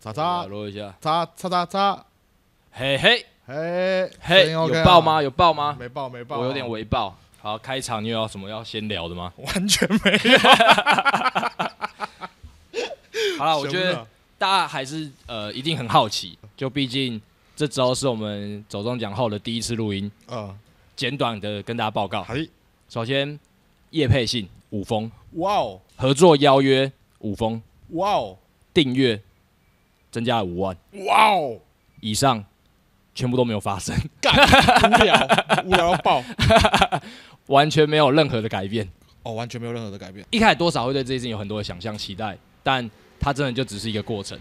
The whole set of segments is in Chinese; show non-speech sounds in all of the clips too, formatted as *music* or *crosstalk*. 叉叉撸一下，叉叉叉叉，嘿嘿嘿，声嘿，音 OK 有爆啊吗？？有爆吗？没爆，没爆，啊我 *laughs* 有点微爆。好，开场你有什么要先聊的吗？完全没嗯好了，我觉熊得了大家还是呃一定很好奇，就毕竟这周是我们走中奖后的第一次录音，啊，简短的跟大家报告。嘿，首先，叶配信五封哇哦，合作邀约五封哇哦，订阅增加了五万哇哦，以上，全部都没有发生， *laughs* 无聊，无聊到爆，完全没有任何的改变。哦，完全没有任何的改变，一开始多少会对这件事情有很多的想象期待，但它真的就只是一个过程。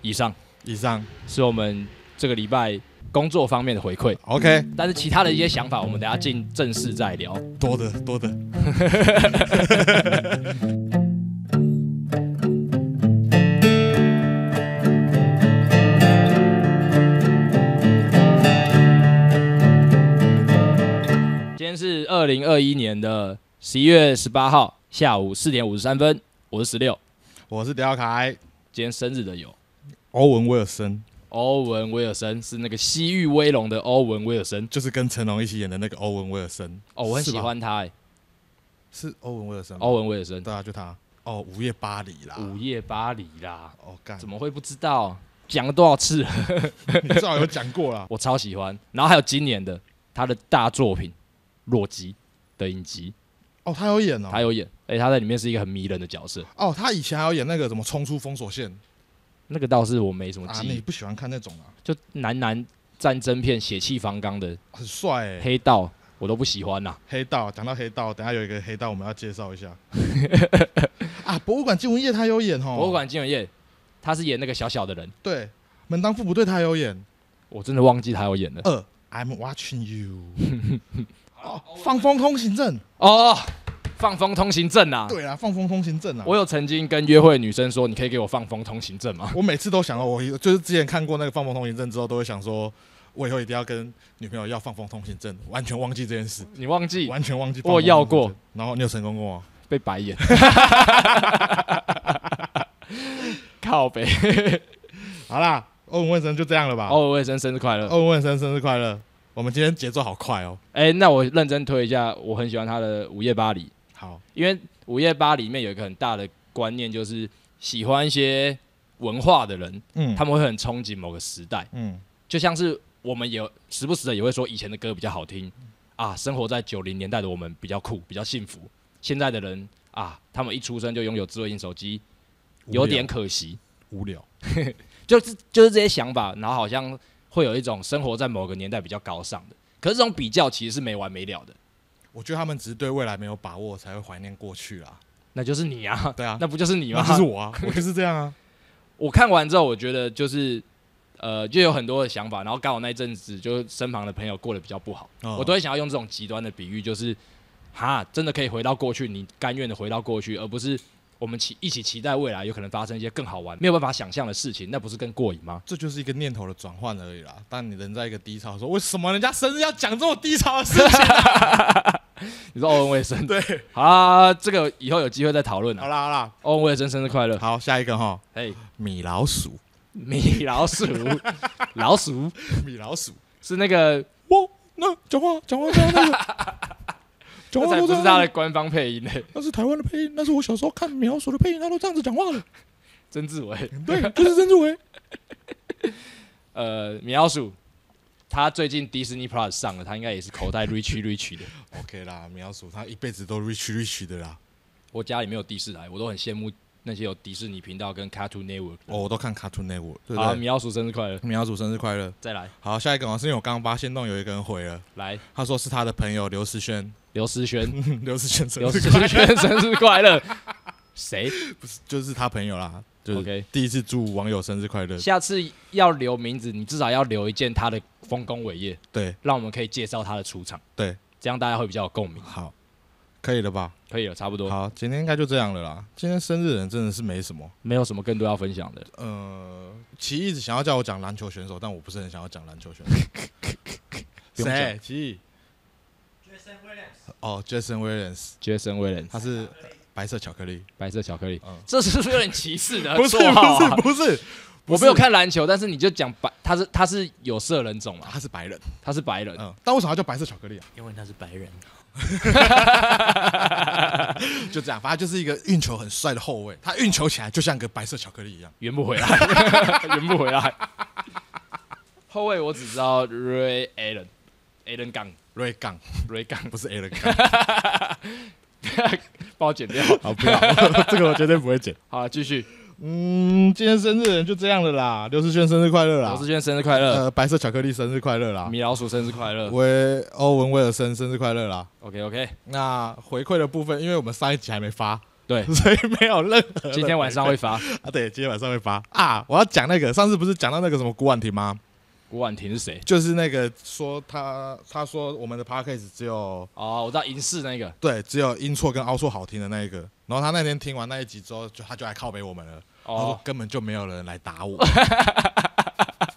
以上以上是我们这个礼拜工作方面的回馈， OK，但是其他的一些想法，我们等下进正式再聊。多的多的，今天是二零二一年的十一月十八号下午四点五十三分，我是十六，我是刁凯，今天生日的有欧文威尔森，欧文威尔森，是那个《西域威龙》的欧文威尔森。就是跟成龙一起演的那个欧文威尔森，哦，我很是吧喜欢他、欸，是欧文威尔森吗，欧文威尔森，对啊，就他，哦，午夜巴黎啦， 《午夜巴黎》啦，哦干怎，么会不知道？讲了多少次了？，你至少有讲过啦我超喜欢。然后还有今年的他的大作品《洛基》的影集，哦，他有演哦，他有演，而且他在里面是一个很迷人的角色。哦，他以前还有演那个什么冲出封锁线那个倒是我没什么啊，记你忆，不喜欢看那种啊，就男男战争片血气方刚的很帅哎、黑道，我都不喜欢呐、黑道，讲到黑道，等下有一个黑道我们要介绍一 *laughs* 下啊，博物馆金文业他有演哦，博物馆金融业，他是演那个小小的人，对，门当户不对他有演我真的忘记他有演了。二，I'm watching you，哦， *laughs* 放风通行证，哦，放风通行证啊！呃对啊，放风通行证啊，我我有曾经跟约会的女生说，你可以给我放风通行证吗？我每次都想到，哦我就是之前看过那个放风通行证之后，都会想说。我以后一定要跟女朋友要放风通行证，完全忘记这件事，你忘嗯记完全忘记。我要过，然后你有成功过吗？被 *laughs* 白眼，靠北。好啦，欧文卫生就这样了吧。欧文卫哦生生日快乐！欧文卫生生日快乐！我们今天节奏好快哦。哎、那我认真推一下，我很喜欢他的《午夜巴黎》，好，因为《午夜巴黎》里面有一个很大的观念，就是喜欢一些文化的人，嗯，他们会很憧憬某个时代，嗯，就像是我们也时不时的也会说以前的歌比较好听啊，生活在九零年代的我们比较酷，比较幸福。现在的人啊，他们一出生就拥有智慧型手机，有点可惜。无聊。就是就是这些想法，然后好像会有一种生活在某个年代比较高尚的，可是这种比较其实是没完没了的。我觉得他们只是对未来没有把握，才会怀念过去啦。那就是你 *laughs* 啊，对啊，那不就是你吗？那就是我啊，我就是这样 *laughs* 啊。我看完之后，我觉得就是呃，就有很多的想法，然后刚好那一阵子就身旁的朋友过得比较不好，嗯我都会想要用这种极端的比喻，就是哈，真的可以回到过去，你甘愿的回到过去，而不是。我们期一起期待未来有可能发生一些更好玩、没有办法想象的事情，那不是更过瘾吗？这就是一个念头的转换而已啦。但你人在一个低潮，说为什么人家生日要讲这么低潮的事 *laughs* 情？你说欧文卫 *laughs* 生对，好啦，这个以后有机会再讨论好啊。啦好啦，欧文卫生生日快乐！好，下一个哈，嘿，米老鼠，米老鼠，老鼠 *laughs* 米老鼠，是那个，哇，那讲话讲话这样那个，讲这 *laughs* 话才都不这样是他的官方配音呢、那是台湾的配音，那是我小时候看米老鼠的配音，他都这样子讲话的。曾志伟。 *laughs* 对，就是曾志伟。呃，米老鼠，他最近 Disney Plus 上了，他应该也是口袋 *laughs* rich rich 的。 OK 啦，米老鼠他一辈子都 rich rich 的啦。我家里没有第四台，我都很羡慕那些有迪士尼频道跟 Cartoon Network 的。哦，我都看 Cartoon Network，对不好，对？米老鼠生日快乐！米老鼠生日快乐！再来，好，下一个哦，是因为我刚刚发现弄有一个人回了，来，他说是他的朋友刘思轩， *laughs* 刘思璇，刘思轩生刘日 *laughs* 思快乐，璇生日快乐。谁就是他朋友啦，就是 OK 第一次祝网友生日快乐。下次要留名字，你至少要留一件他的丰功伟业，对，让我们可以介绍他的出场。对，这样大家会比较有共鸣。好，可以了吧？可以了，差不多，好，今天应该就这样了啦。今天生日人真的是没什么，没有什么更多要分享的。呃，奇艺一直想要叫我讲篮球选手，但我不是很想要讲篮球选手。 *laughs* 不用谁？奇艺？哦，Jason Williams， Jason Williams，他是白色巧克力，白色巧克力嗯，这是不是有点歧视的不是绰号啊？不是不是，不 *laughs* 我是没有，看篮球，但是你就讲白，他是他是有色人种嘛，他是白人，他是白人，嗯，但为什么他叫白色巧克力啊？因为他是白人。就这样，反正就是一个运球很帅的后卫，他运球起来就像个白色巧克力一样。 *laughs* 圆不回来， *laughs* 圆不回来。后卫我只知道 Ray Allen，Allen 杠 Ray 杠 Ray 杠，不是 Allen 杠， *laughs* 帮我剪掉。 *laughs* 好不要， *laughs* 这个我绝对不会剪。好，继续。嗯，今天生日的人就这样了啦，刘世轩生日快乐啦！罗志轩生日快乐，呃，白色巧克力生日快乐啦！米老鼠生日快乐。维欧文威尔森生日快乐啦！ OK OK，那回馈的部分，因为我们上一集还没发，对， *laughs* 所以没有任何的今天晚上会发。啊，对，今天晚上会发啊！我要讲那个，上次不是讲到那个什么古婉婷吗？古婉婷是谁？就是那个说他他说我们的 podcast 只有哦，我知道银饰那个。对只有音错跟凹错好听的那一个，然后他那天听完那一集之后，就他就来靠北我们了，他说哦，根本就没有人来打我，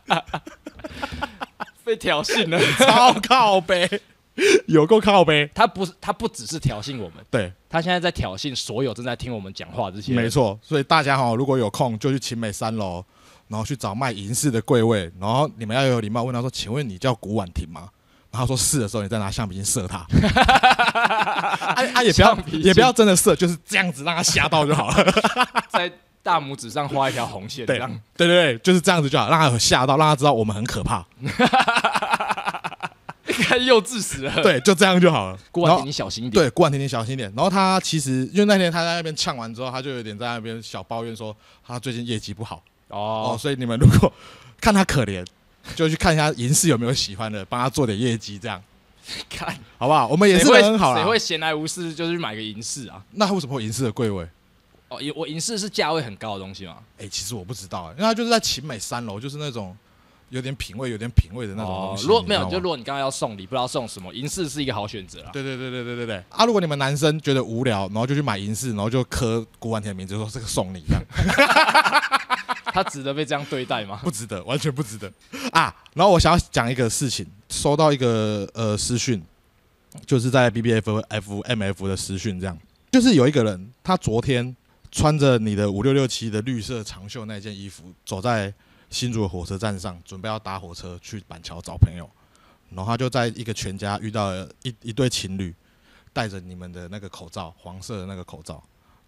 *laughs* 被挑衅了。超靠北，有够靠北， *laughs* 他不是，他不只是挑衅我们，对，他现在在挑衅所有正在听我们讲话的这些人。没错，所以大家哈、如果有空就去秦美三楼，然后去找卖银饰的柜位，然后你们要有礼貌问他说：“请问你叫古婉婷吗？”然后他说是的时候，你再拿橡皮筋射他。 *laughs* 啊啊，也不要橡皮筋也不要真的射，就是这样子让他吓到就好 *laughs* 了。在大拇指上画一条红线，这对样对对对，就是这样子就好，让他有吓到，让他知道我们很可 *laughs* 怕。太幼稚死了。，对，就这样就好了。古然婉后婷，你小心一点。对，古婉婷，你小心点。然后他其实因为那天他在那边呛完之后，他就有点在那边小抱怨说他最近业绩不好。哦，哦，所以你们如果看他可怜，就去看一下银饰有没有喜欢的，帮他做点业绩，这样看。好不好？我们哦也是谁会很好谁会啦。闲来无事就是去买个银饰啊？那他为什么会有银饰的贵位？哦，银我银饰是价位很高的东西嘛？哎、其实我不知道、因为他就是在秦美三楼，就是那种有点品味、有点品味的那种东哦，西。如果你没知道有，就吗如果你刚刚要送礼，不知道送什么，银饰是一个好 *laughs* 选择啊。对对对对对对对啊！如果你们男生觉得无聊，然后就去买银饰，然后就刻古玩田的名字，就说这个送你，这样他值得被这样对待吗？不值得，完全不值得啊！然后我想要讲一个事情，收到一个呃私讯，就是在 B B F F M F 的私讯，这样就是有一个人，他昨天穿着你的五六六七的绿色长袖那件衣服，走在新竹的火车站上，准备要搭火车去板桥找朋友，然后他就在一个全家遇到了一一对情侣，戴着你们的那个口罩，黄色的那个口罩。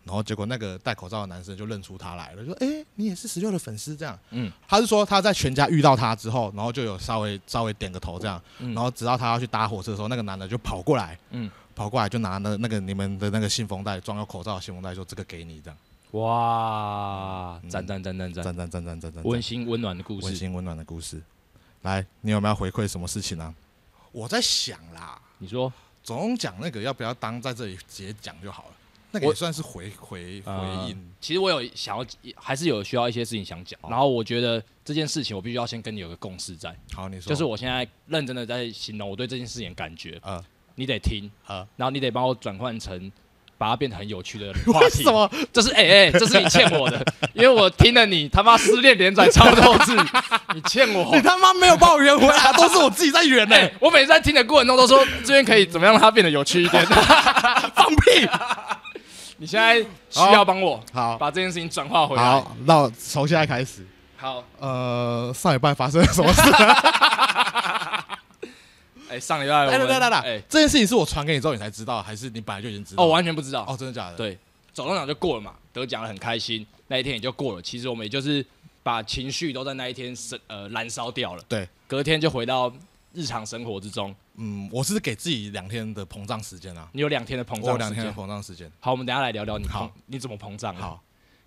然后结果那个戴口罩的男生就认出他来了，就说：“哎、你也是十六的粉丝？”这样，嗯，他是说他在全家遇到他之后，然后就有稍微稍微点个头这样，嗯然后直到他要去搭火车的时候，那个男的就跑过来，嗯，跑过来就拿那那个你们的那个信封袋装有口罩的信封袋，说这个给你这样， *laughs* 哇，赞赞赞赞赞，嗯赞赞赞赞赞赞，温馨温暖的故温事。馨温暖的故事。来，你有没有回馈什么事情啊？我在想啦，你说总讲那个要不要当在这里直接讲就好了，那个我也算是回回呃回应，其实我有想要，还是有需要一些事情想讲。然后我觉得这件事情，我必须要先跟你有个共识在，好，你说，就是我现在认真的在形容我对这件事情的感觉，呃你得听，呃，然后你得帮我转换成，把它变得很有趣的话 *laughs* 为题什。么？这是哎哎、这是你欠我的， *laughs* 因为我听了你他妈失恋连载超斗 *laughs* 志，你欠我你。他妈没有把我圆回 *laughs* 来，都是我自己在圆呢、哎、我每次在听的过程中都说，这边可以怎么样让它变得有趣一 *laughs* 点。放屁！你现在需要帮我好把这件事情转化回来。好，那我从现在开始，好，呃，上礼拜发生了什么事？ *laughs* 哎、上礼拜我来来们来来哎、来，这件事情是我传给你之后你才知道，还是你本来就已经知道？哦，我完全不知道。哦，真的假的？，对，走中奖就过了嘛，得奖了很开心，那一天也就过了。其实我们也就是把情绪都在那一天生呃燃烧掉了，对，隔天就回到日常生活之中。嗯，我是给自己两天的膨胀时间啊，你有两天的膨我有胀两时天的间。膨胀时间。好，我们等一下来聊聊你膨好你怎么膨胀。，好，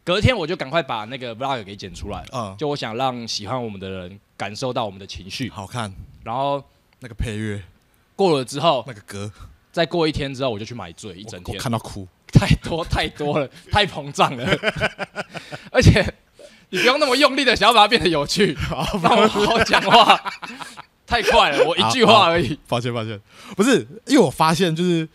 隔天我就赶快把那个 vlog 给剪出来了，嗯，就我想让喜欢我们的人感受到我们的情绪。好看然后那个配乐，过了之后，那个歌，再过一天之后，我就去买醉一我整我天，看到哭。太多 *laughs* 太多了，太膨胀了， *laughs* 而且你不用那么用力的想要把它变得有趣，好，让我好好讲话， *laughs* 太快了，我一句话而已。抱歉抱歉，不是，因为我发现就是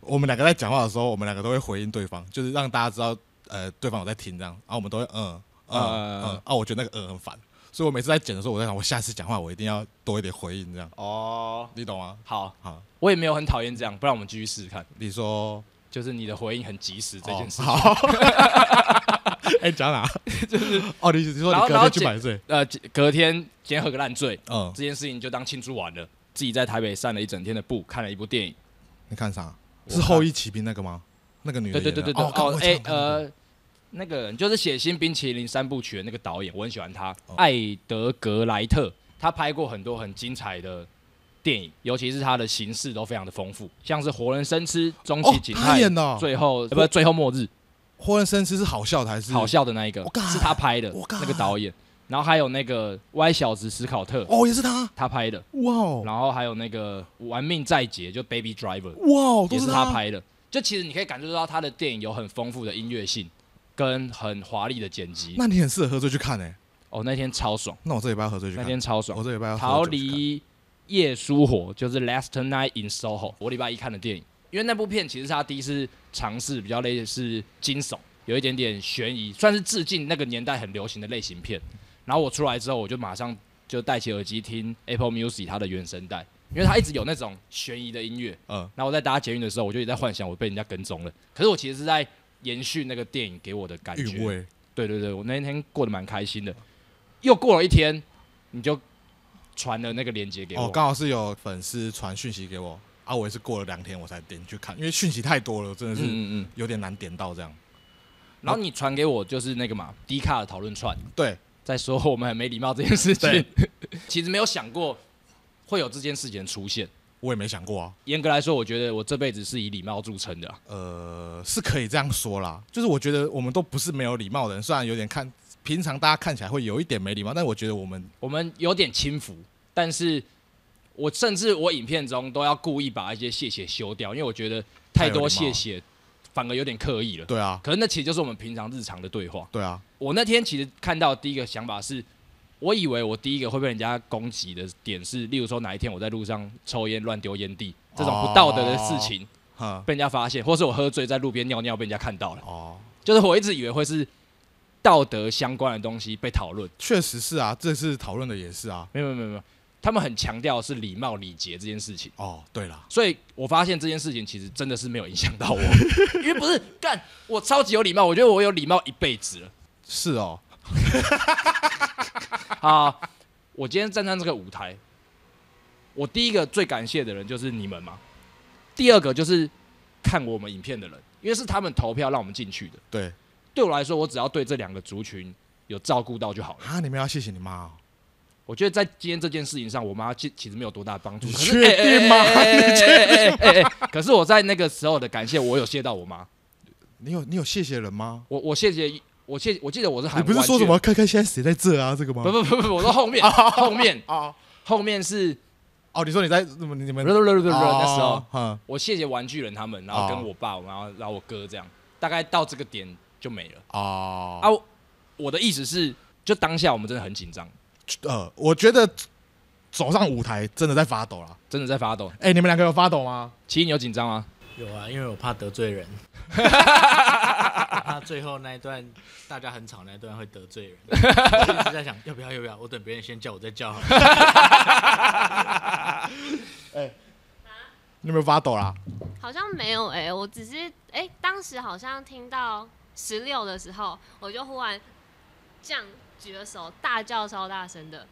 我们两个在讲话的时候，我们两个都会回应对方，就是让大家知道，呃，对方有在听这样，然后我们都会嗯嗯呃嗯啊，我觉得那个嗯很烦，所以我每次在剪的时候，我在想，我下次讲话我一定要多一点回应这样，哦，你懂吗？好，好，我也没有很讨厌这样，不然我们继续试试看。你说就是你的回应很及时这件事情。哦好， *laughs* 哎，讲哪？就是哦，你你说然你后隔然后天去解买醉，呃，隔天今天喝个烂醉，嗯，这件事情就当庆祝完了。自己在台北散了一整天的步，看了一部电影。你看啥？我是看后羿骑兵那个吗？那个女的对演对的对对对，哦，哦，哎哎，呃，那个人就是《血腥冰淇淋》三部曲的那个导演，我很喜欢他，哦艾德格莱特，他拍过很多很精彩的电影，尤其是他的形式都非常的丰富，像是《活人生吃》《终哦极，警他探》演的哦最后呃不是最后末日，霍恩森斯是好笑的还是好？笑的那一个我干是他拍的我，干那个导演，然后还有那个歪小子史考特，哦，也是他，他拍的，哇哦，然后还有那个玩命在劫就 Baby Driver，哇哦，也都是他他，拍的。就其实你可以感受到他的电影有很丰富的音乐性，跟很华丽的剪辑。那你很适合喝醉去看诶。哦，那天超爽，那我这礼拜要喝醉去那看，天超爽我。这礼拜要喝逃醉去看离夜疏火就是 Last Night in Soho，我礼拜一看的电影。因为那部片其实是他第一次尝试比较类似惊悚，有一点点悬疑，算是致敬那个年代很流行的类型片。然后我出来之后，我就马上就戴起耳机听 Apple Music 它的原声带，因为它一直有那种悬疑的音乐。嗯，然后我在搭捷运的时候，我就一直在幻想我被人家跟踪了。可是我其实是在延续那个电影给我的感韵觉。味。对对对，我那天过得蛮开心的。又过了一天，你就传了那个链接给我。哦，刚好是有粉丝传讯息给我，啊，我也是过了两天我才点去看，因为讯息太多了，真的嗯是嗯嗯。有点难点到这样。然后你传给我就是那个嘛，低卡的讨论串，对，在说我们很没礼貌这件事情对。 *laughs* 其实没有想过会有这件事情的出现。我也没想过啊，严格来说，我觉得我这辈子是以礼貌著称的啊、呃，是可以这样说啦，就是我觉得我们都不是没有礼貌的人，虽然有点看平常大家看起来会有一点没礼貌，但我觉得我们我们有点轻浮，但是我甚至我影片中都要故意把一些谢谢修掉，因为我觉得太多谢谢反而有点刻意了。对啊，可是那其实就是我们平常日常的对话。对啊，我那天其实看到第一个想法是，我以为我第一个会被人家攻击的点是，例如说哪一天我在路上抽烟乱丢烟蒂这种不道德的事情哈，被人家发现，或是我喝醉在路边尿尿被人家看到了， *laughs* 哦，就是我一直以为会是道德相关的东西被讨论。确实是啊，这次讨论的也是啊，没有没有没有没有，他们很强调是礼貌礼节这件事情，哦，对啦，所以我发现这件事情其实真的是没有影响到我， *laughs* 因为不是干我超级有礼貌，我觉得我有礼貌一辈子了是哦，啊！我今天站上这个舞台，我第一个最感谢的人就是你们嘛，第二个就是看我们影片的人，因为是他们投票让我们进去的。对对我来说，我只要对这两个族群有照顾到就好了。啊，你们要谢谢你妈、哦，我觉得在今天这件事情上，我妈其其实没有多大的帮助。你可是确定吗哎哎哎哎哎哎可是我在那个时候的感谢，我有谢到我妈。你有你有谢谢人吗？我我谢谢，我谢，我记得我是喊你不是说什完全么？看看现在谁在这啊？这个吗？不不不不，我说后面后面啊后面是哦，你说你在你们你们那时候哦，嗯，我谢谢玩具人他们，然后哦跟我爸，然后然后我哥这样，大概到这个点就没了哦，啊。我我的意思是，就当下我们真的很紧张，呃，我觉得走上舞台真的在发抖啦。真的在发抖。哎、你们两个有发抖吗？其实你有紧张吗？有啊，因为我怕得罪人。怕最后那一段大家很吵那一段会得罪人，我一直在想要不要要不要，我等别人先叫我再叫好了。 *laughs* 你有没有发抖啦？好像没有哎、我只是哎、当时好像听到十六的时候，我就忽然这样举了手，大叫超大声的，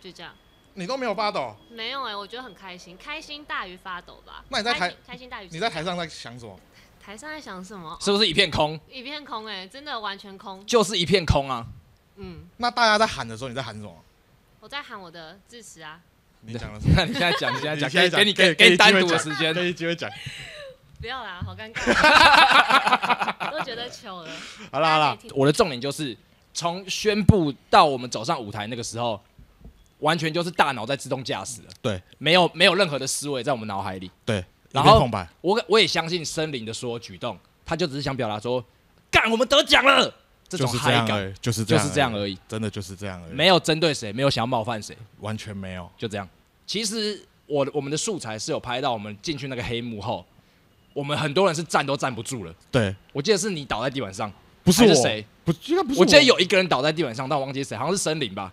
就这样。你都没有发抖，没有哎、我觉得很开心，开心大于发抖吧。那你在台开心开心大于你在台上在想什么？台上在想什么？是不是一片空？一片空哎、真的完全空。就是一片空啊！ *laughs* 嗯，那大家在喊的时候，你在喊什么？我在喊我的支持啊，你讲的是。那你现在讲，你现在你 *laughs* 讲，现在给讲给你给给给你你机会单独的讲时间。给你机会讲。不要啦，好尴尬， *laughs* 都觉得糗了。好啦好啦，我的重点就是从宣布到我们走上舞台那个时候，完全就是大脑在自动驾驶了，对没有没有任何的思维在我们脑海里。 *laughs* 对，然一片后空白。我我也相信森林的所有举动，他就只是想表达说，干，我们得奖了，这种就是这嗨样感，而已，就是这就样，是这样而已，真的就是这样而已，没有针对谁，没有想要冒犯谁，完全没有。就这样。其实我我们的素材是有拍到我们进去那个黑幕后，我们很多人是站都站不住了。对，我记得是你倒在地板上，不是还我，是谁不，应该不是我记得有一个人倒在地板上，但我忘记是谁，好像是森林吧，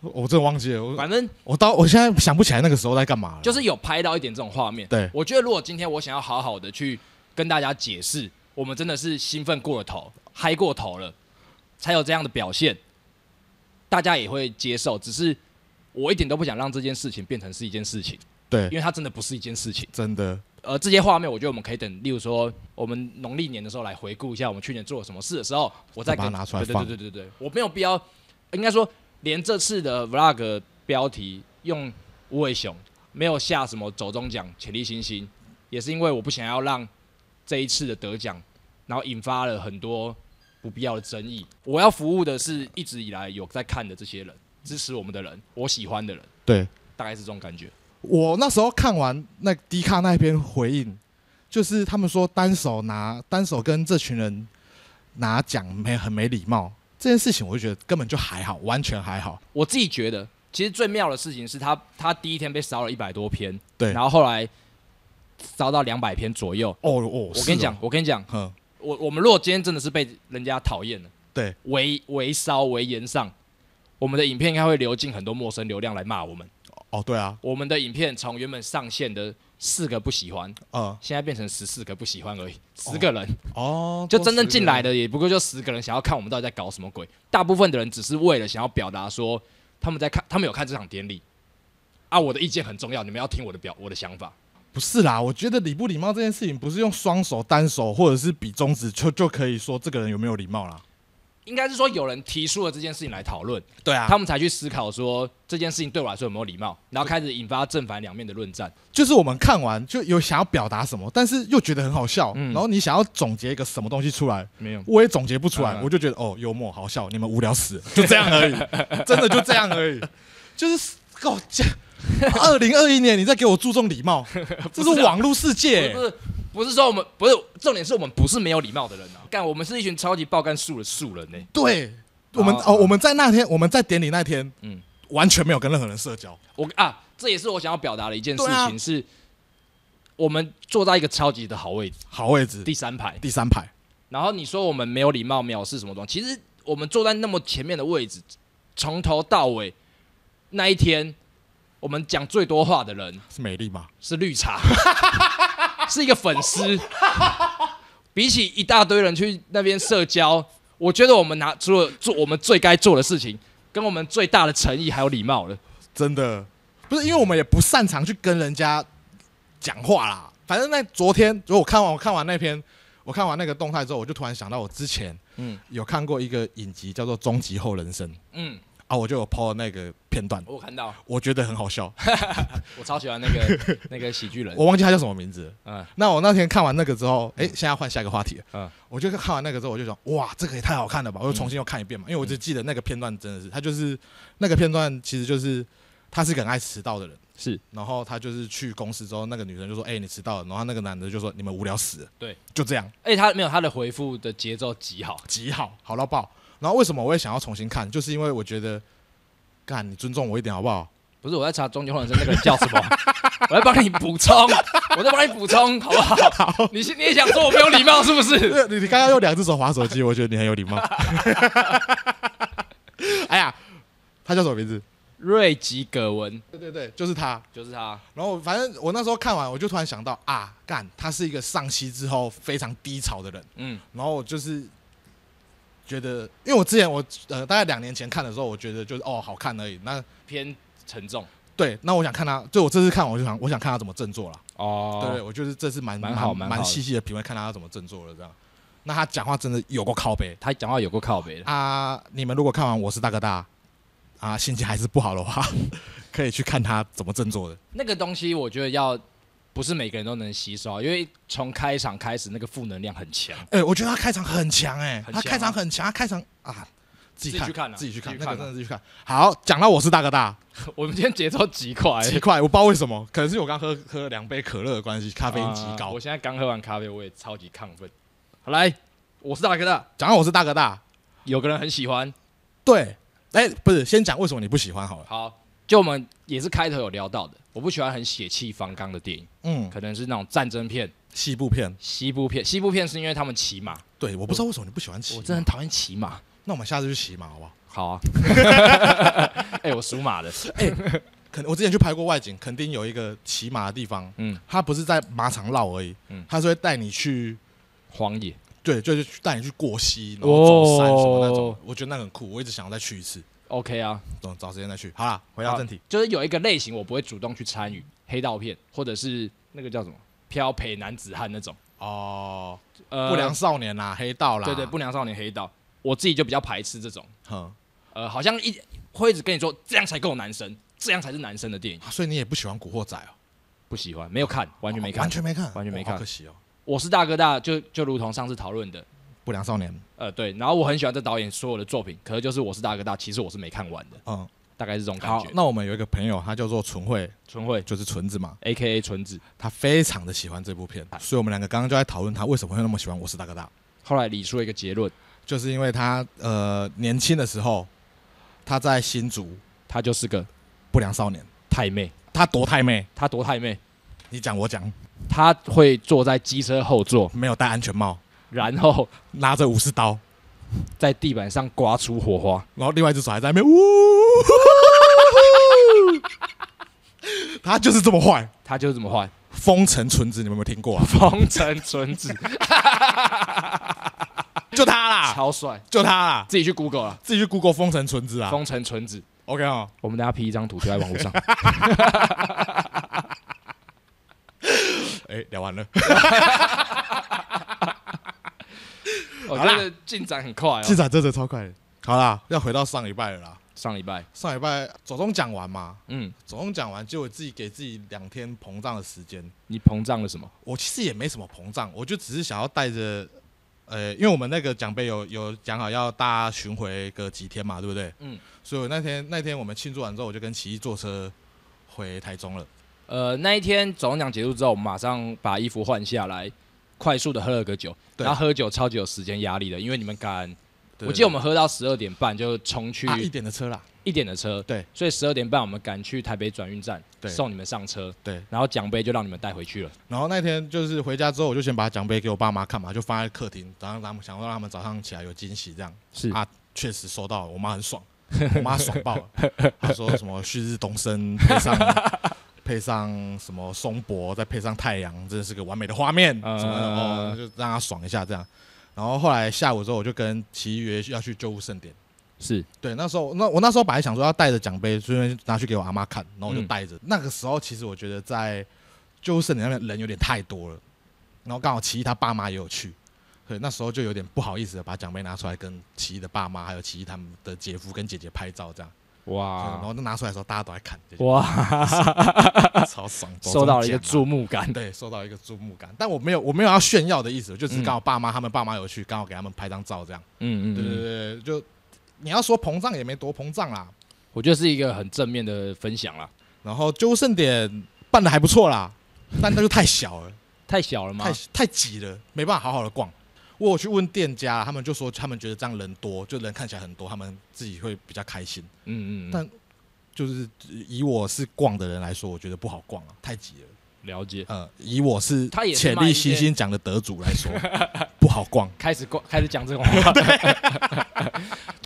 我，我真的忘记了。我反正我到我现在想不起来那个时候在干嘛了。就是有拍到一点这种画面。对我觉得如果今天我想要好好的去跟大家解释，我们真的是兴奋过了头，嗨过头了，才有这样的表现，大家也会接受。只是我一点都不想让这件事情变成是一件事情，因对，为它真的不是一件事情。真的，呃，这些画面我觉得我们可以等，例如说我们农历年的时候来回顾一下我们去年做了什么事的时候，我再再把它给拿出来对对放对对对对，我没有必要，应该说连这次的 vlog 标题用无尾熊，没有下什么走中奖、潜力新星，也是因为我不想要让这一次的得奖，然后引发了很多不必要的争议。我要服务的是一直以来有在看的这些人，支持我们的人，我喜欢的人，对大概是这种感觉。我那时候看完那迪卡那篇回应，就是他们说单手拿单手跟这群人拿奖没很没礼貌这件事情，我就觉得根本就还好，完全还好。我自己觉得，其实最妙的事情是他他第一天被烧了一百多篇，对然后后来烧到两百篇左右。哦哦，我跟你讲，我跟你讲，哼，我我们如果今天真的是被人家讨厌了，对，围围烧围延上，我们的影片应该会流进很多陌生流量来骂我们。哦对啊，我们的影片从原本上线的四个不喜欢，呃，现在变成十四个不喜欢而已，十个人。哦，就真正进来的的也不过就十个人，想要看我们到底在搞什么鬼。大部分的人只是为了想要表达说他们在看，他们有看这场典礼啊，我的意见很重要，你们要听我的表我的想法。啊不是啦，我觉得礼不礼貌这件事情，不是用双手、单手或者是比中指就就可以说这个人有没有礼貌啦。应该是说有人提出了这件事情来讨论，对啊他们才去思考说这件事情对我来说有没有礼貌，然后开始引发正反两面的论战。就是我们看完就有想要表达什么，但是又觉得很好笑，嗯然后你想要总结一个什么东西出来，没有，我也总结不出来，嗯我就觉得哦，幽默好笑，你们无聊死了，就这样 *laughs* 而已，真的就这样而已，就是够这。二零二一年，你在给我注重礼貌， *laughs* 这是网络世界啊不是不是说我们不是重点是我们不是没有礼貌的人啊，干我们是一群超级爆干素的素人欸呢、对，我们好哦，我们在那天，我们在典礼那天，啊嗯嗯，完全没有跟任何人社交。我啊，这也是我想要表达的一件事对啊情是，我们坐在一个超级的好位置，好位置，第三排。第三排，然后你说我们没有礼貌、藐视什么东西，其实我们坐在那么前面的位置，从头到尾那一天，我们讲最多话的人是美丽吗？是绿茶， *laughs* 是一个粉丝。比起一大堆人去那边社交，我觉得我们拿出了做我们最该做的事情，跟我们最大的诚意还有礼貌了。真的不是，因为我们也不擅长去跟人家讲话啦。反正那昨天，如果我看完我看完那篇，我看完那个动态之后，我就突然想到我之前嗯有看过一个影集叫做《终极后人生》嗯，啊，我就有 PO 那个片段，我有看到，我觉得很好笑，我超喜欢那个那个喜剧人我。忘记他叫什么名字了。嗯那我那天看完那个之后，哎、现在换下一个话题了。嗯嗯，我就看完那个之后，我就想，哇，这个也太好看了吧！我又重新又看一遍嘛，因为我嗯只记得那个片段真的是，他就是那个片段，其实就是他是个很爱迟到的人，是，然后他就是去公司之后，那个女生就说，哎、你迟到了，然后那个男的就说，你们无聊死了，对，就这样，而且他没有他的回复的节奏极好，极好，好到爆。然后为什么我会想要重新看，就是因为我觉得，干，你尊重我一点好不好？不是我在查中间换人生那个人叫什么，啊 *laughs* 我在帮你补 *laughs* 充，我在帮你补充，好不好？你是你也想说我没有礼貌是不 *laughs* 是？对你你刚刚用两只手划手机，我觉得你很有礼 *laughs* 貌。哎呀，他叫什么名字？瑞吉葛文对对对，就是他。就是他，然后反正我那时候看完，我就突然想到啊，干，他是一个上戏之后非常低潮的人。嗯，然后我就是觉得，因为我之前我呃大概两年前看的时候，我觉得就是哦好看而已。那偏沉重对，那我想看他，就我这次看我就想我想看他怎么振作了。哦对对，我就是这次蛮蛮好蛮蛮好的细细的品味，看他要怎么振作了这样。那他讲话真的有够靠背他讲话有过靠北的，啊！你们如果看完《我是大哥大》啊，心情还是不好的话， *laughs* 可以去看他怎么振作的。那个东西我觉得要不是每个人都能吸收，啊因为从开场开始那个负能量很强，哎、我觉得他开场很强哎、很强啊他开场很强，他开场啊，自己自己去看啊自己去看，自己那去看啊个真的自己去看。好，讲到我是大哥大， *laughs* 我们今天节奏极快，奇怪，我不知道为什么，可能是我刚喝喝了两杯可乐的关系，咖啡因极啊高我。现在刚喝完咖啡，我也超级亢奋。好来，我是大哥大，讲、到我是大哥大，有个人很喜欢，对，哎、不是，先讲为什么你不喜欢好了。好，就我们也是开头有聊到的，我不喜欢很血气方刚的电影，嗯，可能是那种战争片、西部片，西部片。西部片是因为他们骑马，对，我不知道为什么你不喜欢骑马。我真的很讨厌骑马。啊 *laughs* 那我们下次去骑马好不好？好啊，哎、我属马的，肯我之前去拍过外景，肯定有一个骑马的地方，嗯，它不是在马场绕而已，嗯它是会带你去，荒野，对，就是去带你去过溪，然后走山什么那种，哦我觉得那个很酷，我一直想要再去一次， OK 啊，等找时间再去。好啦，回到正题，就是有一个类型我不会主动去参与，黑道片或者是那个叫什么漂培男子汉那种，哦，呃，不良少年啦，黑道啦，对对不良少年黑道，我自己就比较排斥这种，哼，呃，好像一会一直跟你说这样才够男生，这样才是男生的电影，啊所以你也不喜欢古惑仔哦，不喜欢，没有看，完全没看，完全没看，完全没哦看好可惜哦，我是大哥大，就就如同上次讨论的，不良少年，呃，对，然后我很喜欢这导演所有的作品，可是就是我是大哥大，其实我是没看完的，嗯，大概是这种感好觉，。那我们有一个朋友，他叫做纯慧，纯慧就是纯子嘛， A K A 纯子，他非常的喜欢这部片，啊所以我们两个刚刚就在讨论他为什么会那么喜欢《我是大哥大》，后来理出了一个结论，就是因为他呃年轻的时候，他在新竹他就是个不良少年，太妹，他多太妹，他多太妹，你讲我讲，他会坐在机车后座，没有戴安全帽，然后拿着武士刀，在地板上刮出火花，然后另外一只手还在那边呜，他就是这么坏。他就是这么坏， *laughs* 风尘纯子，你们有没有听过啊？风尘纯 *laughs* 子，就他啦，超帅，就他啦，自己去 Google 了，自己去 Google 风尘纯子啊。风尘纯子， OK 哦，我们大家 P 一张图贴在网 *laughs* 络上，哎，聊完 *laughs* 了，我好啦觉得进展很快进哦，啊展真的超快的。好啦，要回到上礼拜了啦。上礼拜，上礼拜总共讲完嘛，嗯，总共讲完，就我自己给自己两天膨胀的时间。你膨胀了什么？我其实也没什么膨胀，我就只是想要带着，呃，因为我们那个奖杯有有讲好要大家巡回个几天嘛，对不对？嗯。所以我那天那天我们庆祝完之后，我就跟奇艺坐车回台中了。呃，那一天总奖结束之后，我们马上把衣服换下来，快速的喝了个酒。对然后喝酒超级有时间压力的，因为你们赶，对我记得我们喝到十二点半就冲去啊一点的车啦，一点的车，对，所以十二点半我们赶去台北转运站对送你们上车，对。然后奖杯就让你们带回去了。然后那天就是回家之后，我就先把奖杯给我爸妈看嘛，就放在客厅，然后他们想让他们早上起来有惊喜这样。是啊，确实收到了，我妈很爽， *laughs* 我妈爽爆了。她说什么旭日东升，配上 *laughs* 配上什么松柏，再配上太阳，真的是个完美的画面。嗯什么的哦，就让她爽一下这样。然后后来下午之后，我就跟奇约要去旧物盛典。是，对，那时候那我那时候本来想说要带着奖杯，顺便拿去给我阿妈看，然后我嗯就带着。那个时候其实我觉得在旧物盛典那边人有点太多了，然后刚好奇艺他爸妈也有去，对，那时候就有点不好意思的把奖杯拿出来跟奇艺的爸妈还有奇艺他们的姐夫跟姐姐拍照这样，对啊然哇后就拿出来的时候大家都在看，就觉哇，得超爽，受到了一个注注目感。啊对，受到一个注目感，但我没有我没有要炫耀的意思，我就只是嗯刚好爸妈他们爸妈有去，刚好给他们拍张照这样，嗯对对嗯嗯，对，对就你要说膨胀也没多膨胀啦，我觉得是一个很正面的分享啦。然后纠正点办的还不错 *laughs* 啦，但那就太小了，太小了吗太？太挤了，没办法好好的逛。我有去问店家，他们就说他们觉得这样人多，就人看起来很多，他们自己会比较开心。嗯嗯嗯但，就是以我是逛的人来说，我觉得不好逛啊，太挤了。了解。呃，以我是他也是潜卖一力些新星奖的得主来说，不好逛。开始过，开始讲这种话。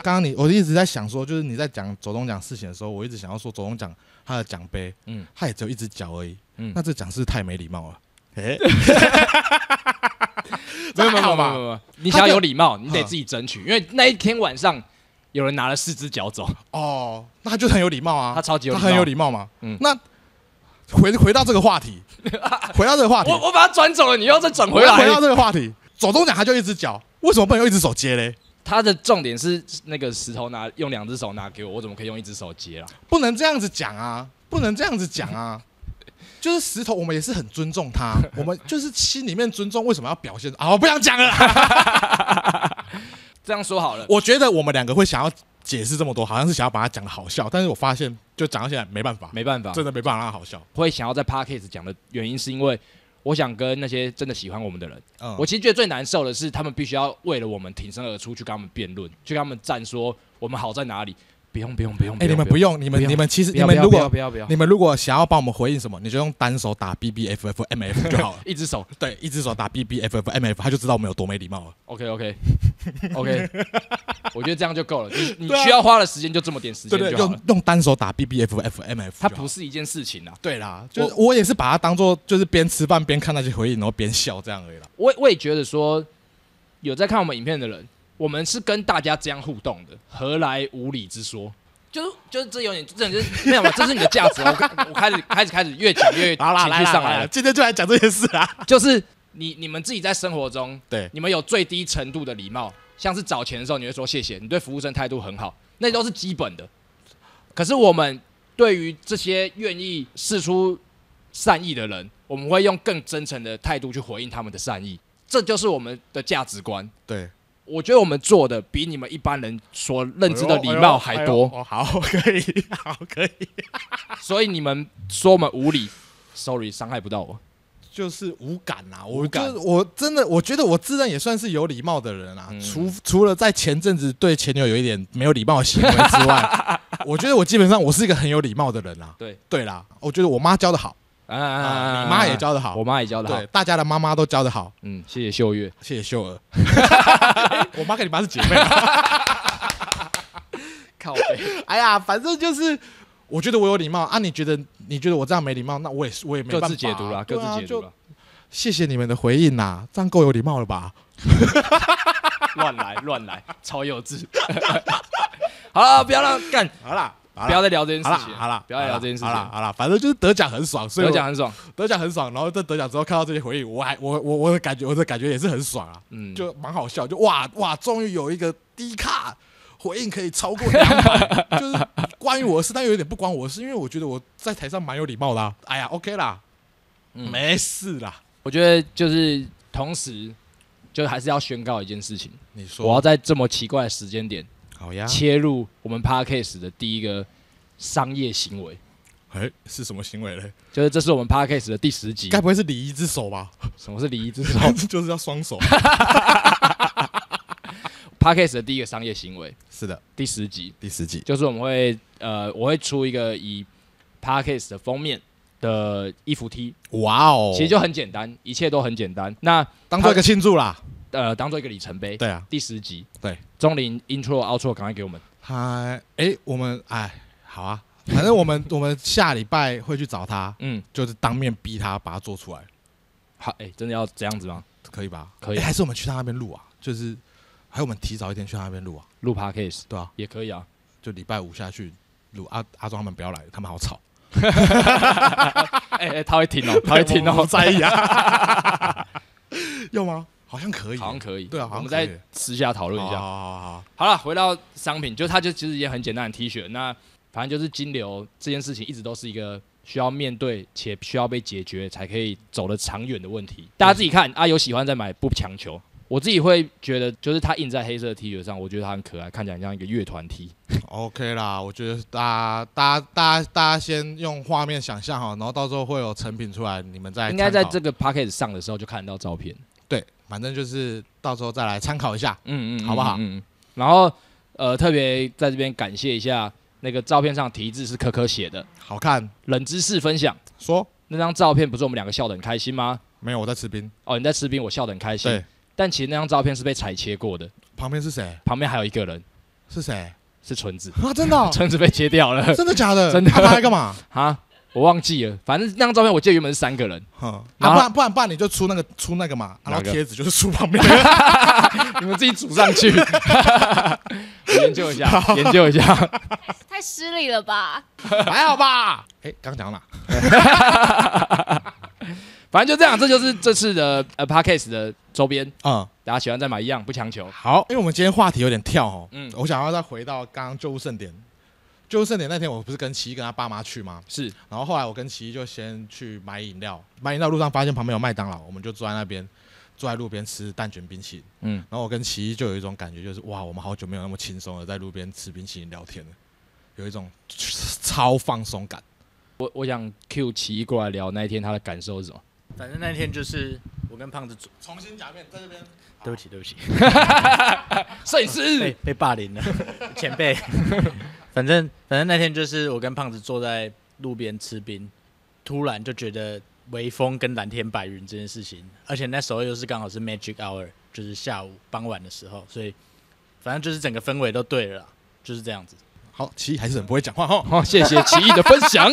刚刚你我一直在想说，就是你在讲左东奖事情的时候，我一直想要说左东奖他的奖杯，嗯他也只有一只脚而已，嗯那这奖是太没礼貌了。 *laughs* 哎、没有没有没有好没吧有没有，你想要有礼貌，你得嗯自己争取，因为那一天晚上有人拿了四只脚走，哦，那他就很有礼貌啊， *laughs* 他超级有他礼很有貌。礼貌嘛。嗯那回回到这个话 *laughs* 题，回到这个话题，我我把他转走了，你又再转回回到来。这个话题，左东奖他就一只脚，为什么不能用一只手接嘞？他的重点是那个石头拿用两只手拿给我，我怎么可以用一只手接啦？啊不能这样子讲啊，不能这样子讲啊。就是石头，我们也是很尊重 *laughs* 他，我们就是心里面尊重，为什么要表现啊？我不想讲了啦。这样说好了，我觉得我们两个会想要解释这么多，好像是想要把它讲的好笑，但是我发现就讲到现在没办法，没办法，真的没办法让它好笑。会想要在 p a c k a g e 讲的原因是因为我想跟那些真的喜欢我们的人，嗯，我其实觉得最难受的是他们必须要为了我们挺身而出去跟他们辩论，去跟他们站说我们好在哪里。不用不用不用，哎，你们不用，用，你们不要你们其实不你要们如不要果不要不要，你们如果想要帮我们回应什么，你就用单手打 B B F F M *laughs*。F 就好了一只手对，一只手打 B B F F M F，他就知道我们有多没礼貌了。 ，OK OK *laughs* OK，我觉得这样就够了。你你对啊需要花的时间就这么点时对间对，就用好了。用单手打 B B F F M F，它不是是一件事情啊，对啦，就是我也是把它当做就是边吃饭边看那些回应，然后边笑这样而已啦。我我也觉得说，有在看我们影片的人，我们是跟大家这样互动的，何来无理之说？就是就是这有点，这就是没有嘛，这是你的价值。啊我开我开始开始开始越讲越情好啦，来绪啦上来来啦，了，今天就来讲这件事啊啦。就是你你们自己在生活中，对，你们有最低程度的礼貌，像是找钱的时候你会说谢谢，你对服务生态度很好，那都是基本的。可是我们对于这些愿意示出善意的人，我们会用更真诚的态度去回应他们的善意，这就是我们的价值观。对，我觉得我们做的比你们一般人所认知的礼貌还多，哎呦。哎呦哦，哎好，可以，好，可以。所以你们说我们无理，sorry，伤害不到我。 *laughs* 就是无感啦，我无感就是我真的我觉得我自认也算是有礼貌的人啦，嗯除除了在前阵子对前女友有一点没有礼貌的行为之 *laughs* 外，我觉得我基本上我是一个很有礼貌的人啦。对对啦，我觉得我妈教的好，啊，啊，你妈也教的好我，妈也教的好对，。大家的妈妈都教的好，嗯，谢谢秀月。谢谢秀 *laughs* 儿。哎我妈跟你妈是姐妹啊。靠背，哎呀，反正就是。我觉得我有礼貌啊，你觉得你觉得我这样没礼貌，那我也是我也没办各法啊、自解读啦，各对啊自解读就啦，谢谢你们的回应啦、这样够有礼貌了吧？乱来乱来，超幼稚。 *laughs* 好了，不要让干，好啦，好啦不要再聊这件事好啦，情，好啦，不要再聊这件事好啦，情。好啦，反正就是得奖很爽，所以我我讲很爽，得奖很爽，然后在得奖之后看到这些回应，我还我我我的感觉，我的感觉也是很爽啊，嗯，就蛮好笑，就哇哇，终于有一个低卡回应可以超过两百， *laughs* 就是关于我的事，但又有点不关我的事，因为我觉得我在台上蛮有礼貌的啊、哎呀，OK 啦，嗯没事啦，我觉得就是同时，就还是要宣告一件事情，你说啊我要在这么奇怪的时间点好呀切入我们 podcast 的第一个商业行为，哎，是什么行为嘞？就是这是我们 podcast 的第十 *laughs* 集该，不会是礼仪之手吧？什么是礼仪之手 *laughs* 就是要双 *laughs* 手。 ？podcast 的第一个商业行为，是的，第十集，第十集，就是我们会呃，我会出一个以 podcast 的封面的衣服 T，哇哦，其实就很简单，一切都很简单。那当做一个庆祝啦。呃，当做一个里程碑。对啊，第十集，对，钟林 intro outro 赶快给我们。嗨，哎，我们哎，好啊，反正我们我们下礼拜会去找他，嗯，就是当面逼他把它做出来，好，哎、真的要这样子吗？可以吧？哎可以诶还是我们去他那边录啊？就是还有我们提早一天去他那边录啊？录 podcast 对啊，也可以啊。就礼拜五下去录。阿阿庄他们不要来，他们好吵，哎、哎、他会听 *laughs* 哦，他会听我哦不，在意啊？要吗？好像可以， *laughs* 好像可以。对啊好像我们可以再私下讨论一好下。好好好，好了，回到商品，就它就其实也很简单的 T 恤。那反正就是金流这件事情，一直都是一个需要面对且需要被解决才可以走得长远的问题。大家自己看啊，有喜欢再买，不强求。我自己会觉得，就是它印在黑色的 T 恤上，我觉得它很可爱，看起来很像一个乐团 T。 OK 啦，我觉得大家、大家、大家、大家先用画面想象好，然后到时候会有成品出来，你们再应该在哎参考这个 p a c k a g e 上的时候就看得到照片，对，反正就是到时候再来参考一下。嗯嗯好不好嗯。嗯然后呃，特别在这边感谢一下，那个照片上题字是可可写的，好看，冷知识分享。说那张照片不是我们两个笑得很开心吗？没有我在吃冰，哦，你在吃冰，我笑得很开心。对，但其实那张照片是被裁切过的，旁边是谁？旁边还有一个人是谁？是纯子， *laughs* 啊，真的哦、纯子被切掉了真的假的？ *laughs* 真的他拍干嘛？哈，我忘记了，反正那张照片我记得原本是三个人，哼，然啊，后不然不然不然你就出那个出那个嘛，啊然后哪个贴纸就是出旁边。 *laughs* 你们自己组上去， *laughs* 我研究一下，研究一下。太失礼了吧？还好吧？哎，刚讲到哪？反正就这样，这就是这次的呃 podcast 的周边，嗯，大家喜欢再买一样，不强求。好，因为我们今天话题有点跳哦，嗯我想要再回到刚刚救护盛典。救护盛典那天，我不是跟奇一跟他爸妈去吗？是，然后后来我跟奇一就先去买饮料，买饮料路上发现旁边有麦当劳，我们就坐在那边，坐在路边吃蛋卷冰淇淋。嗯，然后我跟奇一就有一种感觉，就是哇，我们好久没有那么轻松的在路边吃冰淇淋聊天了，有一种超放松感。我我想 Q 奇一过来聊那一天他的感受是什么？反正那天就是我跟胖子组，重新假面在这边，对不起对不起，摄影师哎被被霸凌了，前辈。 *laughs* 反正反正那天就是我跟胖子坐在路边吃冰，突然就觉得微风跟蓝天白云这件事情，而且那时候又是刚好是 magic hour，就是下午傍晚的时候，所以反正就是整个氛围都对了啦，就是这样子。好，奇艺还是很不会讲话哦哈。好，哦谢谢奇艺的分享。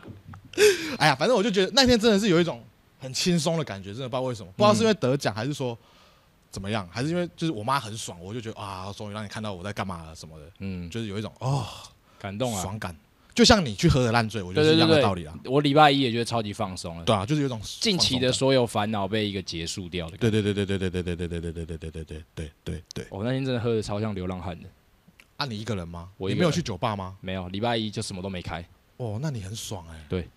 *laughs* 哎呀，反正我就觉得那天真的是有一种很轻松的感觉，真的不知道为什么，不知道是因为得奖还是说怎么样，还是因为就是我妈很爽，我就觉得啊，终于让你看到我在干嘛了什么的，嗯，就是有一种哦感动啊！爽感，就像你去喝的烂醉，我觉得是一样的道理啊。我礼拜一也觉得超级放松了，对啊，就是有一种近期的放松所有烦恼被一个结束掉的。感，对对对对对对对对对对对对对对对对对对。哦我、那天真的喝的超像流浪汉的，啊，你一个人吗？我你一个没有人去酒吧吗？没有，礼拜一就什么都没开。哦，那你很爽哎、 *laughs* 对，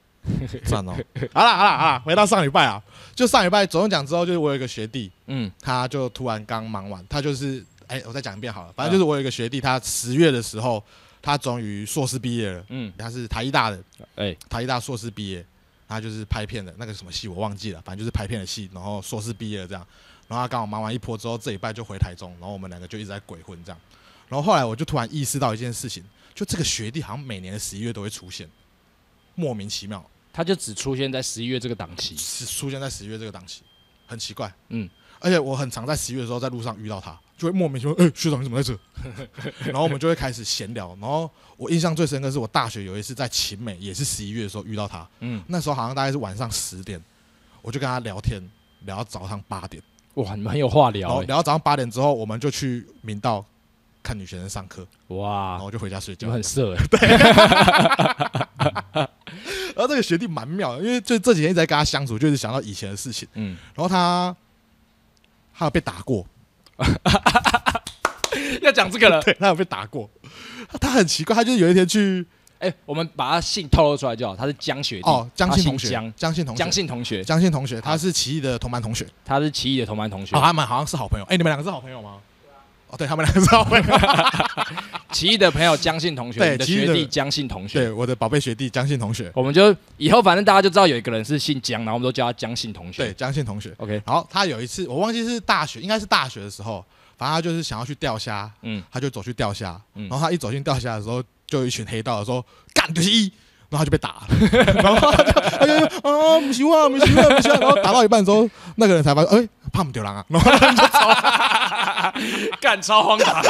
赞哦。好啦好啦好啦，回到上礼拜啊，就上礼拜总共讲之后，就是我有一个学弟，嗯，他就突然刚忙完，他就是，哎、我再讲一遍好了，反正就是我有一个学弟，他十月的时候，他终于硕士毕业了，嗯，他是台医大的，哎、台医大硕士毕业，他就是拍片的那个什么戏我忘记了，反正就是拍片的戏，然后硕士毕业了这样，然后他刚好忙完一波之后，这礼拜就回台中，然后我们两个就一直在鬼混这样，然后后来我就突然意识到一件事情，就这个学弟好像每年的十一月都会出现，莫名其妙，他就只出现在十一月这个档期。是出现在十一月这个档期，很奇怪。嗯，而且我很常在十一月的时候在路上遇到他，就会莫名其妙，哎、学长你怎么在这？ *laughs* 然后我们就会开始闲聊。然后我印象最深刻是我大学有一次在秦美，也是十一月的时候遇到他，嗯，那时候好像大概是晚上十点，我就跟他聊天，聊到早上八点，哇，你们很有话然后聊、欸。聊到早上八点之后，我们就去明道看女学生上课，然哇后，我就回家睡你觉们。很色、欸。然后这个学弟蛮妙的，因为就这几天一直在跟他相处，就是想到以前的事情。嗯，然后他他有被打过， *laughs* 要讲这个 *laughs* 了。对他有被打过，他他很奇怪，他就是有一天去哎、我们把他姓透露出来就好。他是江学弟，哦，江信他同学，姓江江信同学，江信同学，江信同学，他是奇艺的同班同学，他是啊奇艺的同班同学哦，。他们好像是好朋友，哎，你们两个是好朋友吗？哦，对他们两个是好朋 *laughs* 友，奇艺的朋友江信同学，对你的奇艺学的弟江信同学对，。我的宝贝学弟江信同学，我们就以后反正大家就知道有一个人是姓江，然后我们都叫他江姓同学。对，江信同学。 ，OK，然后他有一次，我忘记是大学，应该是大学的时候，反正他就是想要去钓虾，嗯，他就走去钓虾，嗯然后他一走进钓虾的时候，就有一群黑道的说干就是一，然后他就被打了， *laughs* 然后他就他就说啊不行啊不行啊不行啊，然后打到一半之后，那个人才发现哎怕我们丢狼啊，然后 *laughs* 干超荒唐，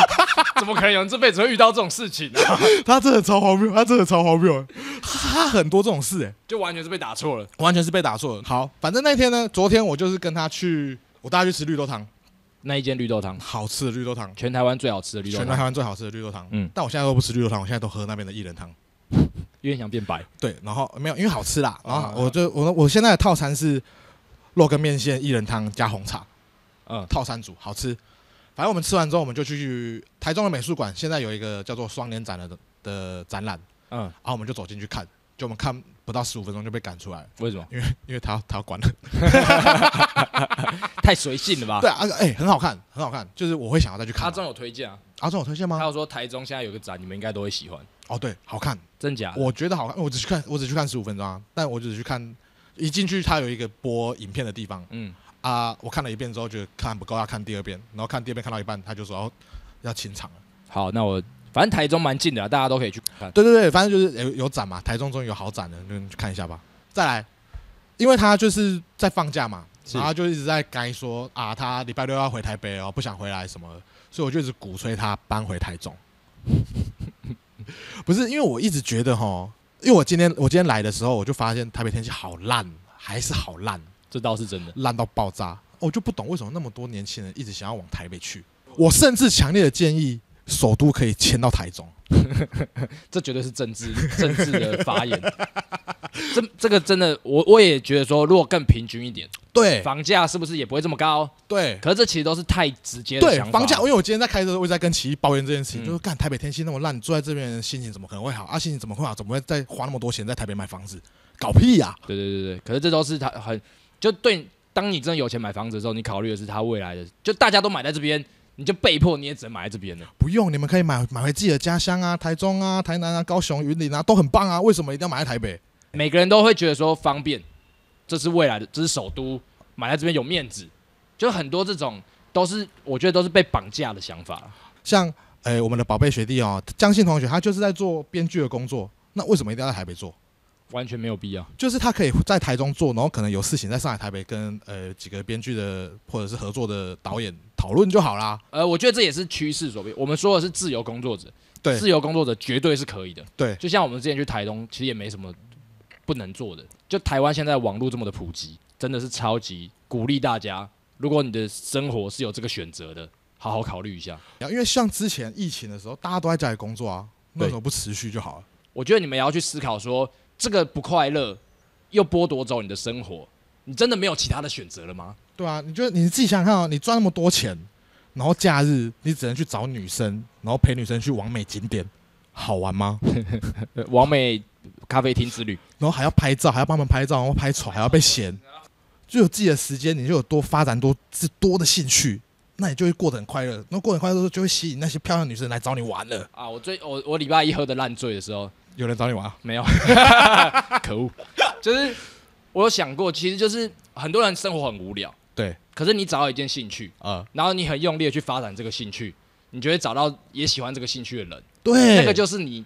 怎么可能有人这辈子会遇到这种事情呢、他真的超荒谬，他真的超荒谬，他他很多这种事哎、就完全是被打错了。完全是被打错了。好，反正那天呢，昨天我就是跟他去，我带他去吃绿豆汤，那一间绿豆汤，好吃的绿豆汤。全台湾最好吃的绿豆全台汤，湾最好吃的绿豆汤，嗯但我现在都不吃绿豆汤，我现在都喝那边的薏仁汤。有点想变白。对，然后没有，因为好吃啦。然啊后我就我我现在的套餐是肉跟面线、薏仁汤加红茶，嗯，套餐组好吃。反正我们吃完之后，我们就去台中的美术馆，现在有一个叫做双年展的的展览， *laughs* 嗯，然后我们就走进去看，就我们看不到十五分钟就被赶出来了，为什么？因为因为他要他要关了。太随性了吧？对啊，哎、很好看，很好看，就是我会想要再去看阿啊。中有推荐啊，阿忠有推荐他吗？有说台中现在有个展，你们应该都会喜欢，哦，对，好看，真假的？我觉得好看。我只去看，我只去看十五分钟啊，但我只去看，一进去它有一个播影片的地方，嗯，啊，我看了一遍之后觉得看不够，要看第二遍，然后看第二遍看到一半，他就说要要清场了。好，那我反正台中蛮近的啊，大家都可以去看。对对对，反正就是有有展嘛，台中终于有好展了，你们去看一下吧。再来，因为他就是在放假嘛，是然后他就一直在该说啊，他礼拜六要回台北哦，不想回来什么的，所以我就一直鼓吹他搬回台中。 *laughs* 不是因为我一直觉得哈，因为我今天我今天来的时候，我就发现台北天气好烂，还是好烂。这倒是真 *laughs* 的。烂到爆炸。我就不懂为什么那么多年轻人一直想要往台北去。我甚至强烈的建议，首都可以迁到台中。这绝对是政治政治的发言。 *laughs* 这这个真的，我我也觉得说，如果更平均一点，对房价是不是也不会这么高？对可是这其实都是太直接的对想，法。房价，因为我今天在开车的时候，我一直在跟奇艺抱怨这件事情，嗯就是干台北天气那么烂，住在这边的心情怎么可能会好？啊，心情怎么会好？怎么会再花那么多钱在台北买房子？搞屁呀、对对对对，可是这都是他很就对，当你真的有钱买房子的时候，你考虑的是他未来的，就大家都买在这边，你就被迫你也只能买在这边了。不用，你们可以买买回自己的家乡啊，台中啊、台南啊、高雄、云林啊，都很棒啊，为什么一定要买在台北？每个人都会觉得说方便，这是未来的，这是首都，买在这边有面子，就很多这种都是我觉得都是被绑架的想法。像哎、哎，我们的宝贝学弟哦，江信同学，他就是在做编剧的工作，那为什么一定要在台北做？完全没有必要。就是他可以在台中做，然后可能有事情在上海、台北跟呃几个编剧的或者是合作的导演讨论就好啦。呃，我觉得这也是趋势所为。我们说的是自由工作者，对自由工作者绝对是可以的。对就像我们之前去台东，其实也没什么不能做的。就台湾现在网络这么的普及，真的是超级鼓励大家，如果你的生活是有这个选择的，好好考虑一下。然后因为像之前疫情的时候，大家都在家里工作啊，那对为什么不持续就好了？我觉得你们也要去思考说，这个不快乐又剥夺走你的生活，你真的没有其他的选择了吗？对啊，你觉得你自己想想看啊，你赚那么多钱，然后假日你只能去找女生，然后陪女生去完美景点，好玩吗？呃完美咖啡厅之旅，然后还要拍照，还要帮忙拍照，然后拍丑还要被嫌，就有自己的时间，你就有多发展多自多的兴趣，那你就会过得很快乐。那过得很快乐的时候，就会吸引那些漂亮的女生来找你玩了。啊，我最我我礼拜一喝的烂醉的时候，有人找你玩啊？ *laughs* 没有，可恶，就是我有想过，其实就是很多人生活很无聊，对，可是你找到一件兴趣，呃，然后你很用力的去发展这个兴趣，你就会找到也喜欢这个兴趣的人，对，那个就是你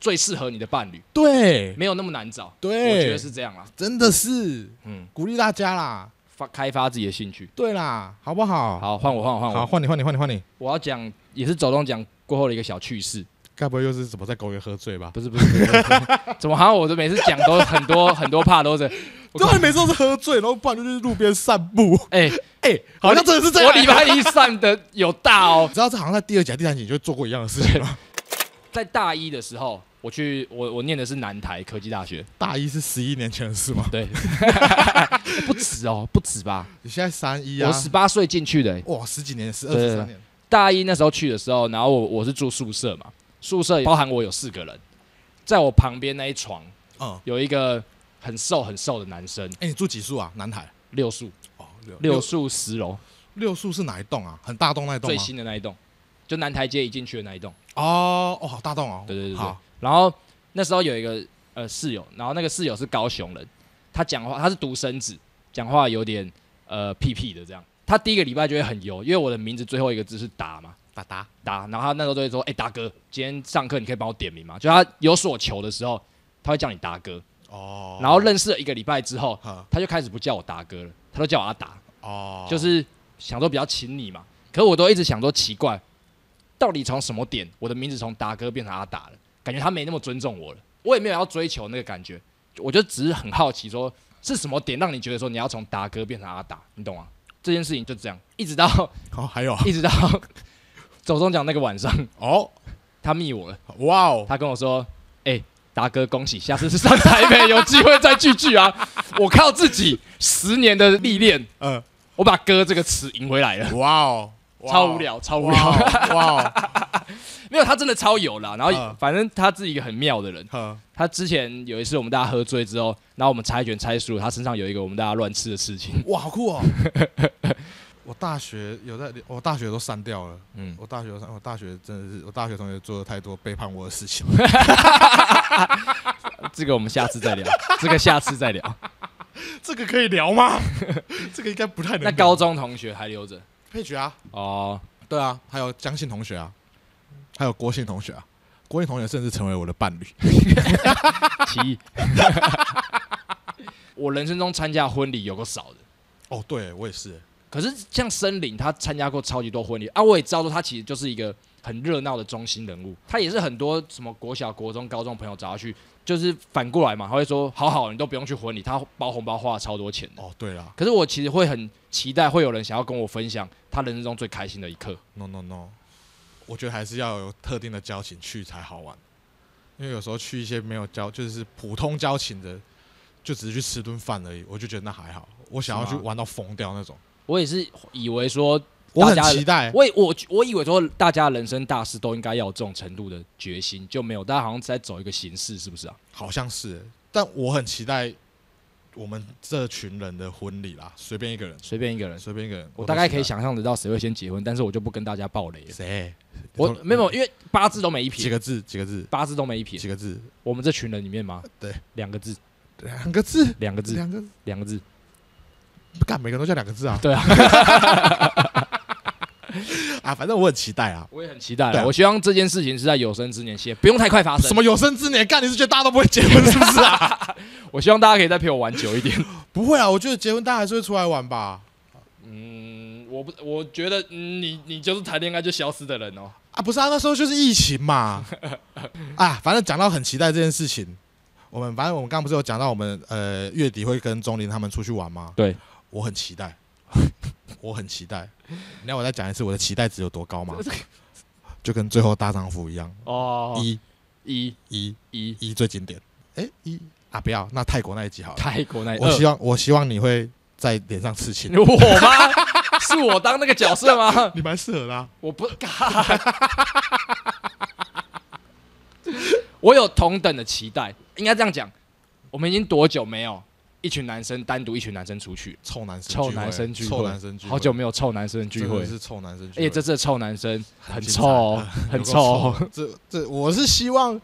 最适合你的伴侣，对，没有那么难找。对我觉得是这样啦。真的是嗯，鼓励大家啦，发开发自己的兴趣。对啦，好不好？，好，换我，换我，换好，我。换你，换你，换你，换你，我要讲也是走动讲过后的一个小趣事，该不会又是怎么在公园喝醉吧？不是不是，不是不是 *laughs* 怎么好像我都每次讲都很多 *laughs* 很多怕都是，我对，啊每次都是喝醉，然后不然就是路边散步。哎、 *laughs* 哎、好像真的是这样。哎我礼拜一上的有大哦你，知道这好像在第二集、第三集你就做过一样的事情 *laughs* 吗？在大一的时候，我去我我念的是南台科技大学，大一是十一年前的事吗？对， *laughs* 不止哦，不止吧，你现在三一啊我，十八岁进去的欸，哇，十几年，十二对十三年，大一那时候去的时候，然后我我是住宿舍嘛，宿舍包含我有四个人，在我旁边那一床嗯，有一个很瘦很瘦的男生，哎、你住几宿啊？南台六宿哦，六六宿十楼六宿是哪一栋啊？很大栋那一栋最吗？新的那一栋，就南台街一进去的那一栋，哦哦，好大栋哦，对对对对好，。然后那时候有一个呃室友，然后那个室友是高雄人，他讲话他是独生子，讲话有点呃屁屁的这样。他第一个礼拜就会很油，因为我的名字最后一个字是达嘛，达达，达。然后他那时候就会说：“哎、达哥，今天上课你可以帮我点名吗？”就他有所求的时候，他会叫你达哥。哦，然后认识了一个礼拜之后，呵，他就开始不叫我达哥了，他都叫我阿达，哦，就是想说比较亲你嘛。可我都一直想说奇怪，到底从什么点我的名字从达哥变成阿达了？感觉他没那么尊重我了，我也没有要追求那个感觉，我就只是很好奇说是什么点让你觉得说你要从达哥变成阿达，你懂吗？这件事情就这样，一直到好、哦还有一直到 *laughs* 走中奖那个晚上，哦，他密我了，哇哦，他跟我说：“哎、达哥，恭喜，下次是上台北有机会再聚聚啊！ *laughs* 我靠自己十年的历练，呃，我把‘哥’这个词赢回来了。”哇哦，哇哦超无，聊，超无聊。哇哦， *laughs* 哇哦，没有，他真的超有啦。然后嗯反正他是一个很妙的人。呵，他之前有一次我们大家喝醉之后，然后我们猜拳猜输了，他身上有一个我们大家乱吃的事情。 *laughs* 哇，好酷哦。我大学有在，我大学都删掉了。嗯，我大学我大学真的是，我大学同学做了太多背叛我的事情。 *laughs* 这个我们下次再聊， *laughs* 这个下次 *laughs* 再聊。这个可以聊吗？ *laughs* 这个应该不太能聊。那高中同学还留着配角啊，哦，对啊，还有江信同学啊，还有郭信同学啊，郭信同学甚至成为我的伴侣。奇 *laughs* 异。我人生中参加婚礼有个少的，哦，对我也是，可是像森林，他参加过超级多婚礼啊，我也知道说他其实就是一个很热闹的中心人物，他也是很多什么国小、国中、高中朋友找他去，就是反过来嘛，他会说好好，你都不用去婚礼，他包红包花了超多钱的。哦，对啦可是我其实会很期待会有人想要跟我分享他人生中最开心的一刻， ，no no no，我觉得还是要有特定的交情去才好玩，因为有时候去一些没有交，就是普通交情的，就只是去吃顿饭而已，我就觉得那还好。我想要是去吗玩到疯掉那种，我也是以为说我很大家期待。我以我我以为说大家人生大事都应该要有这种程度的决心，就没有，大家好像在走一个形式，是不是啊？好像是欸，但我很期待我们这群人的婚礼啦，随便一个人，随便一个人，随便一个人，我都大概可以期待想象得到谁会先结婚，但是我就不跟大家爆雷了。谁，我你说没有，因为八字都没一几撇，个字，几个字，八字都没一撇几。个字，我们这群人里面吗？对，两个字，两个字，两个字，两个，两个字。啊啊不敢每个人都叫两个字啊，对啊， *laughs* 啊，反正我很期待啊。我也很期待对啦。啊我希望这件事情是在有生之年写，不用太快发生什。么有生之年，干你是觉得大家都不会结婚是不是 *laughs* 啊？我希望大家可以再陪我玩久一点。不会啊，我觉得结婚大家还是会出来玩吧。 *laughs* 嗯，我不，我觉得、嗯、你你就是谈恋爱就消失的人哦。啊，不是啊，那时候就是疫情 *laughs* 嘛。啊，反正讲到很期待这件事情，我们反正我们刚刚不是有讲到我们呃月底会跟钟林他们出去玩吗？对，我很期 *laughs* 待，我很期待。你要我再讲一次我的期待值有多高吗？就跟最后大丈夫一样，哦，一一一一一最经典。哎、一啊不要，那泰国那一集好了。泰国那我二，希望我希望你会在脸上刺青 *laughs* 我吗？是我当那个角色吗？ *laughs* 你蛮适合的、啊。我不， *laughs* 我有同等的期待，应该这样讲。我们已经多久没有一群男生单独一群男生出去？臭男生聚会，臭男生聚会，臭男生聚会，好久没有臭男生聚真会的。是哎臭男生聚而会。且这次的臭男生很精臭 *laughs* 哦，有很够臭哦。这这，我是希望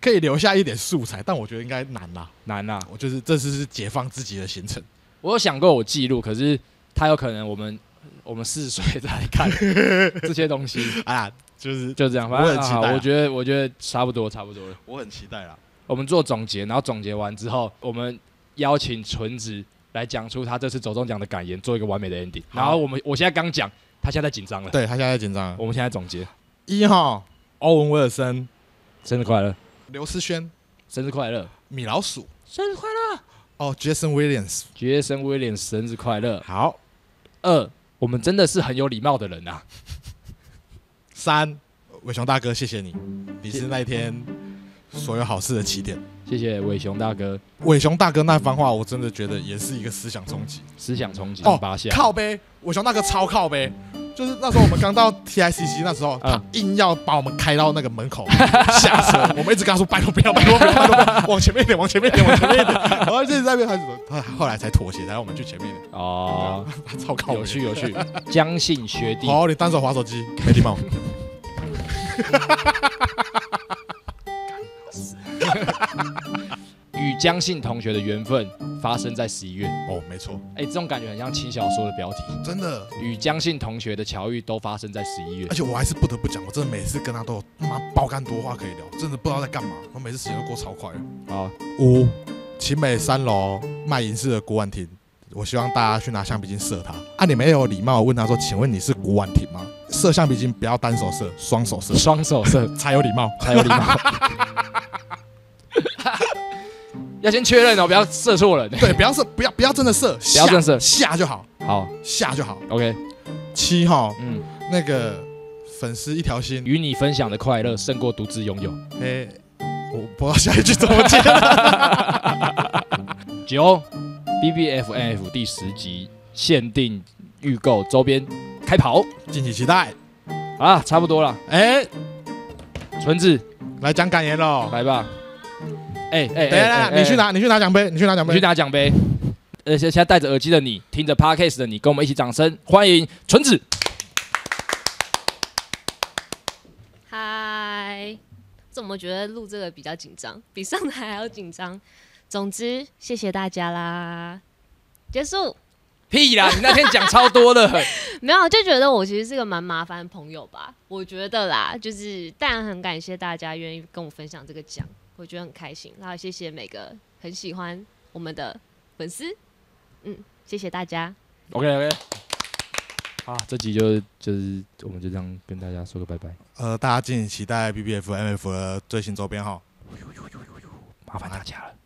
可以留下一点素材，但我觉得应该难啦。难啊！我就是这次是解放自己的行 *laughs* 程，我有想过我记录，可是他有可能我们我们四十岁再来看这些东西，哎呀，就是就这样。我反正很期啊待啊我觉得我觉得差不多差不多了。我很期待啦。我们做总结，然后总结完之后，我们邀请纯子来讲出他这次走中奖的感言，做一个完美的 ending。好然后我们我现在刚讲，他现在紧张了。对他现在紧张了。我们现在总结，一号欧文威尔森、生日快乐，刘思轩、生日快乐，米老鼠生日快乐，哦，Jason Williams。杰森威廉生日快乐。好，二，我们真的是很有礼貌的人啊。三伟雄大哥，谢谢你，你是那一天所有好事的起点。谢谢伟雄大哥，伟雄大哥那番话，我真的觉得也是一个思想冲击。思想憧憬哦八项。靠背，我熊大哥超靠背，就是那时候我们刚到 TICC 那时候，嗯他硬要把我们开到那个门口下车，我们一直跟他说拜托不要，拜托不要，拜托不要，往前面一点，往前面一点，往前面一点，然后一直在那边，他就说他后来才妥协，才让我们去前面一点，哦，他超靠背有。趣 *laughs* 有趣，江姓学弟，好，你单手滑手机，没礼貌。与江姓同学的缘分发生在十一月。哦，没错，哎，这种感觉很像轻小说的标题。真的，与江姓同学的巧遇都发生在十一月而。且我还是不得不讲，我真的每次跟他都有他妈爆干多话可以聊，真的不知道在干嘛，我每次时间都过超快的。好，五，秦美三楼卖银饰的古婉婷，我希望大家去拿橡皮筋射她。啊，你没有礼貌，问她说，请问你是古婉婷吗？射橡皮筋不要单手射，双手射双手射才有礼 *laughs* 貌。才有礼貌。要先确认哦，不要射错人。对，不要射，不要不要真的射，不要真的射下就好，好下就好。 ，OK，七号嗯，那个粉丝一条心，与你分享的快乐胜过独自拥有。哎、我不知道下一句怎么 *laughs* 接。九，B B F N F 第十集限定预购周边开跑敬请期待。啊，差不多了。哎、纯子，来讲感言喽。来吧。哎哎等一下，哎，你去拿，你去拿奖杯，你去拿奖你杯。去拿奖杯。而且现在戴着耳机的你，听着 podcast 的你，跟我们一起掌声欢迎纯子。嗨，怎么觉得录这个比较紧张，比上台还要紧张？总之，谢谢大家啦。结束屁啦！你那天讲超多 *laughs* 的，没有，就觉得我其实是个蛮麻烦的朋友吧。我觉得啦，就是但很感谢大家愿意跟我分享这个奖，我觉得很开心。然后谢谢每个很喜欢我们的粉丝，嗯，谢谢大家。 OK OK，好，这集就就是我们就这样跟大家说个拜拜，呃，大家敬请期待 B B F M F 的最新周边哈。麻烦大家了。